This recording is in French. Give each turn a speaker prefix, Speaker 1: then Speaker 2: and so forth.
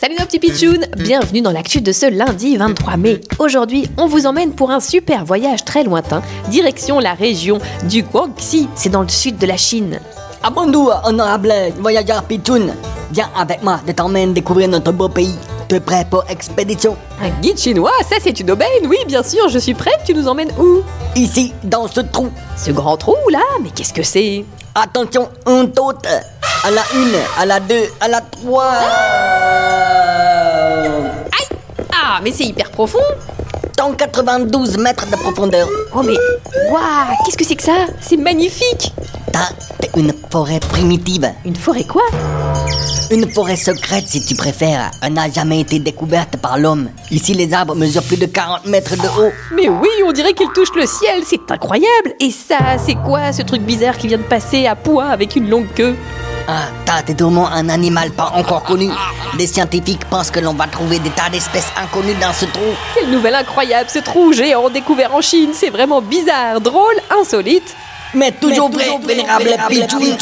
Speaker 1: Salut nos petits pitchouns Bienvenue dans l'actu de ce lundi 23 mai. Aujourd'hui, on vous emmène pour un super voyage très lointain, direction la région du Guangxi, c'est dans le sud de la Chine.
Speaker 2: Abandou, honorable voyageur Pichoun, viens avec moi, je t'emmène découvrir notre beau pays. Tu es prêt pour expédition
Speaker 1: Un guide chinois, ça c'est une aubaine, oui bien sûr, je suis prête, tu nous emmènes où
Speaker 2: Ici, dans ce trou.
Speaker 1: Ce grand trou là, mais qu'est-ce que c'est
Speaker 2: Attention, on tote. À la une, à la deux, à la trois.
Speaker 1: Aïe Ah, mais c'est hyper profond
Speaker 2: 192 mètres de profondeur.
Speaker 1: Oh mais, waouh, qu'est-ce que c'est que ça C'est magnifique
Speaker 2: T'as une forêt primitive.
Speaker 1: Une forêt quoi
Speaker 2: Une forêt secrète, si tu préfères. Elle n'a jamais été découverte par l'homme. Ici, les arbres mesurent plus de 40 mètres de haut.
Speaker 1: Mais oui, on dirait qu'il touche le ciel, c'est incroyable Et ça, c'est quoi ce truc bizarre qui vient de passer à poids avec une longue queue
Speaker 2: Ah, t'as des dormants, un animal pas encore connu. Les scientifiques pensent que l'on va trouver des tas d'espèces inconnues dans ce trou.
Speaker 1: Quelle nouvelle incroyable, ce trou géant découvert en Chine, c'est vraiment bizarre, drôle, insolite
Speaker 2: Mais toujours vrai, vénérable Pichoun.